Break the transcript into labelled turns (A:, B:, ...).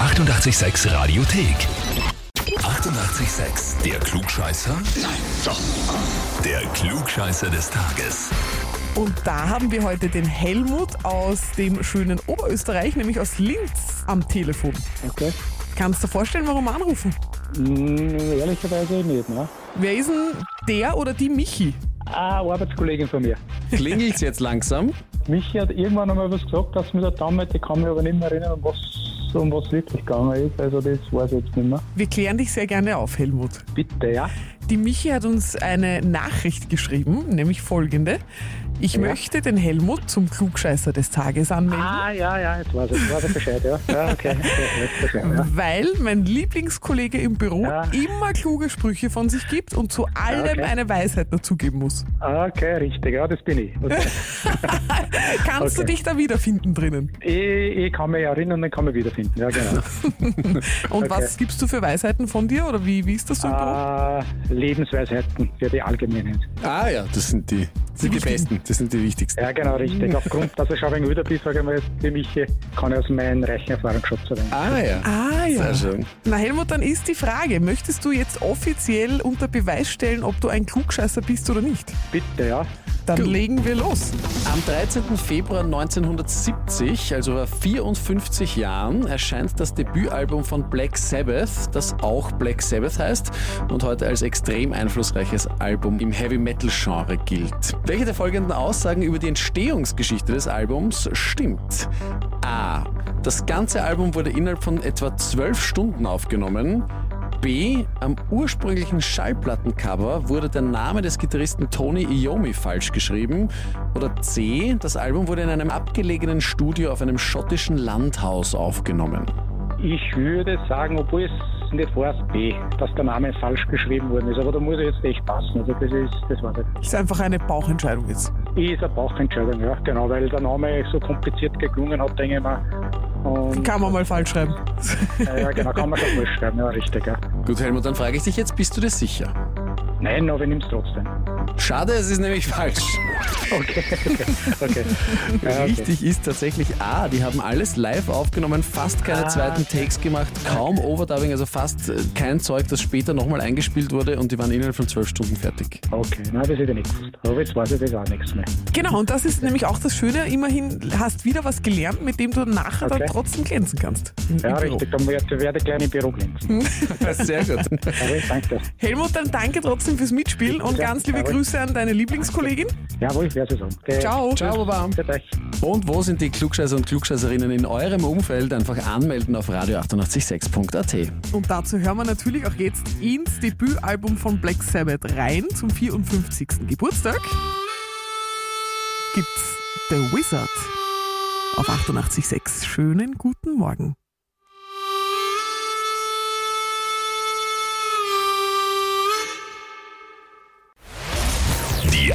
A: 886 Radiothek. 88,6. Der Klugscheißer? Nein, doch. Der Klugscheißer des Tages.
B: Und da haben wir heute den Helmut aus dem schönen Oberösterreich, nämlich aus Linz, am Telefon.
C: Okay.
B: Kannst du dir vorstellen, warum wir anrufen?
C: Mm, ehrlicherweise nicht, ne?
B: Wer ist denn der oder die Michi?
C: Ah, eine Arbeitskollegin von mir.
D: Klingelt's jetzt langsam?
C: Michi hat irgendwann einmal was gesagt, dass mir der Dammel, ich kann mich aber nicht mehr erinnern, um was, um was wirklich gegangen ist. Also das weiß ich jetzt nicht mehr.
B: Wir klären dich sehr gerne auf, Helmut.
C: Bitte, ja?
B: Die Michi hat uns eine Nachricht geschrieben, nämlich folgende. Ich möchte den Helmut zum Klugscheißer des Tages anmelden,
C: Ah, ja, ja, jetzt weiß ich, jetzt weiß ich Bescheid, ja. Ja, okay. okay jetzt Bescheid, ja.
B: weil mein Lieblingskollege im Büro
C: Ja.
B: immer kluge Sprüche von sich gibt und zu allem
C: Ah. okay.
B: eine Weisheit dazugeben muss.
C: Ah, Okay, richtig, ja, das bin ich. Okay.
B: Kannst du
C: Okay.
B: dich da wiederfinden drinnen?
C: ich. Ich kann mich erinnern und kann mich wiederfinden, ja, genau.
B: Und
C: Okay.
B: was gibst du für Weisheiten von dir oder wie, wie ist das so im Büro?
C: Ah, Lebensweisheiten für die Allgemeinheit.
D: Ah ja, das sind die, das sind die besten, das sind die wichtigsten.
C: Ja, genau, richtig. Aufgrund, dass ich schon ein wenig wieder bin, sage ich mal, für mich hier kann ich aus meinen reichen Erfahrungsschatz rein.
D: Ah ja.
B: Ah ja.
D: Sehr schön.
B: Na Helmut, dann ist die Frage, möchtest du jetzt offiziell unter Beweis stellen, ob du ein Klugscheißer bist oder nicht?
C: Bitte, ja.
B: Dann
D: Gut.
B: legen wir los.
D: Am 13. Februar 1970, also vor 54 Jahren, erscheint das Debütalbum von Black Sabbath, das auch Black Sabbath heißt und heute als extrem einflussreiches Album im Heavy Metal Genre gilt. Welche der folgenden Aussagen über die Entstehungsgeschichte des Albums stimmt? A. Das ganze Album wurde innerhalb von etwa 12 Stunden aufgenommen. B. Am ursprünglichen Schallplattencover wurde der Name des Gitarristen Tony Iommi falsch geschrieben. Oder C. Das Album wurde in einem abgelegenen Studio auf einem schottischen Landhaus aufgenommen.
C: Ich würde sagen, obwohl es nicht war, B, dass der Name falsch geschrieben worden ist. Aber da muss ich jetzt echt passen. Also das ist, das weiß ich.
B: Ist einfach eine Bauchentscheidung jetzt.
C: Ist eine Bauchentscheidung, ja, genau, weil der Name so kompliziert geklungen hat, denke ich mal. Und,
B: Kann man mal falsch schreiben.
C: ja, ja, genau, kann man schon falsch schreiben, ja, richtig, ja.
D: Gut, Helmut, dann frage ich dich jetzt, bist du dir sicher?
C: Nein, aber ich nehme es trotzdem.
D: Schade, es ist nämlich falsch.
C: Okay. Ja, okay.
D: Richtig ist tatsächlich A. Die haben alles live aufgenommen, fast keine
C: Ah,
D: zweiten Takes gemacht, kaum Overdubbing, also fast äh, kein Zeug, das später nochmal eingespielt wurde und die waren innerhalb von zwölf Stunden fertig.
C: Okay, nein, das hätte ich nicht gewusst. Aber jetzt weiß ich das auch nichts mehr.
B: Genau, und das ist nämlich auch das Schöne. Immerhin hast wieder was gelernt, mit dem du nachher dann
C: Okay.
B: trotzdem glänzen kannst. im- im
C: Ja,
B: Büro. Hm.
C: richtig, dann werde werde ich gleich im Büro glänzen.
D: Sehr gut.
C: Aber ich danke dir.
B: Helmut, dann danke trotzdem fürs Mitspielen und
C: Ja,
B: ganz liebe
C: jawohl.
B: Grüße an deine Lieblingskollegin.
C: Jawohl, ich werde es sagen. Okay.
B: Ciao.
D: Ciao, Baba.
C: Für dich.
D: Und wo sind die Klugscheißer und Klugscheißerinnen in eurem Umfeld? Einfach anmelden auf radio886.at.
B: Und dazu hören wir natürlich auch jetzt ins Debütalbum von Black Sabbath rein zum 54. Geburtstag. Gibt's The Wizard auf 88.6. Schönen guten Morgen.
A: Die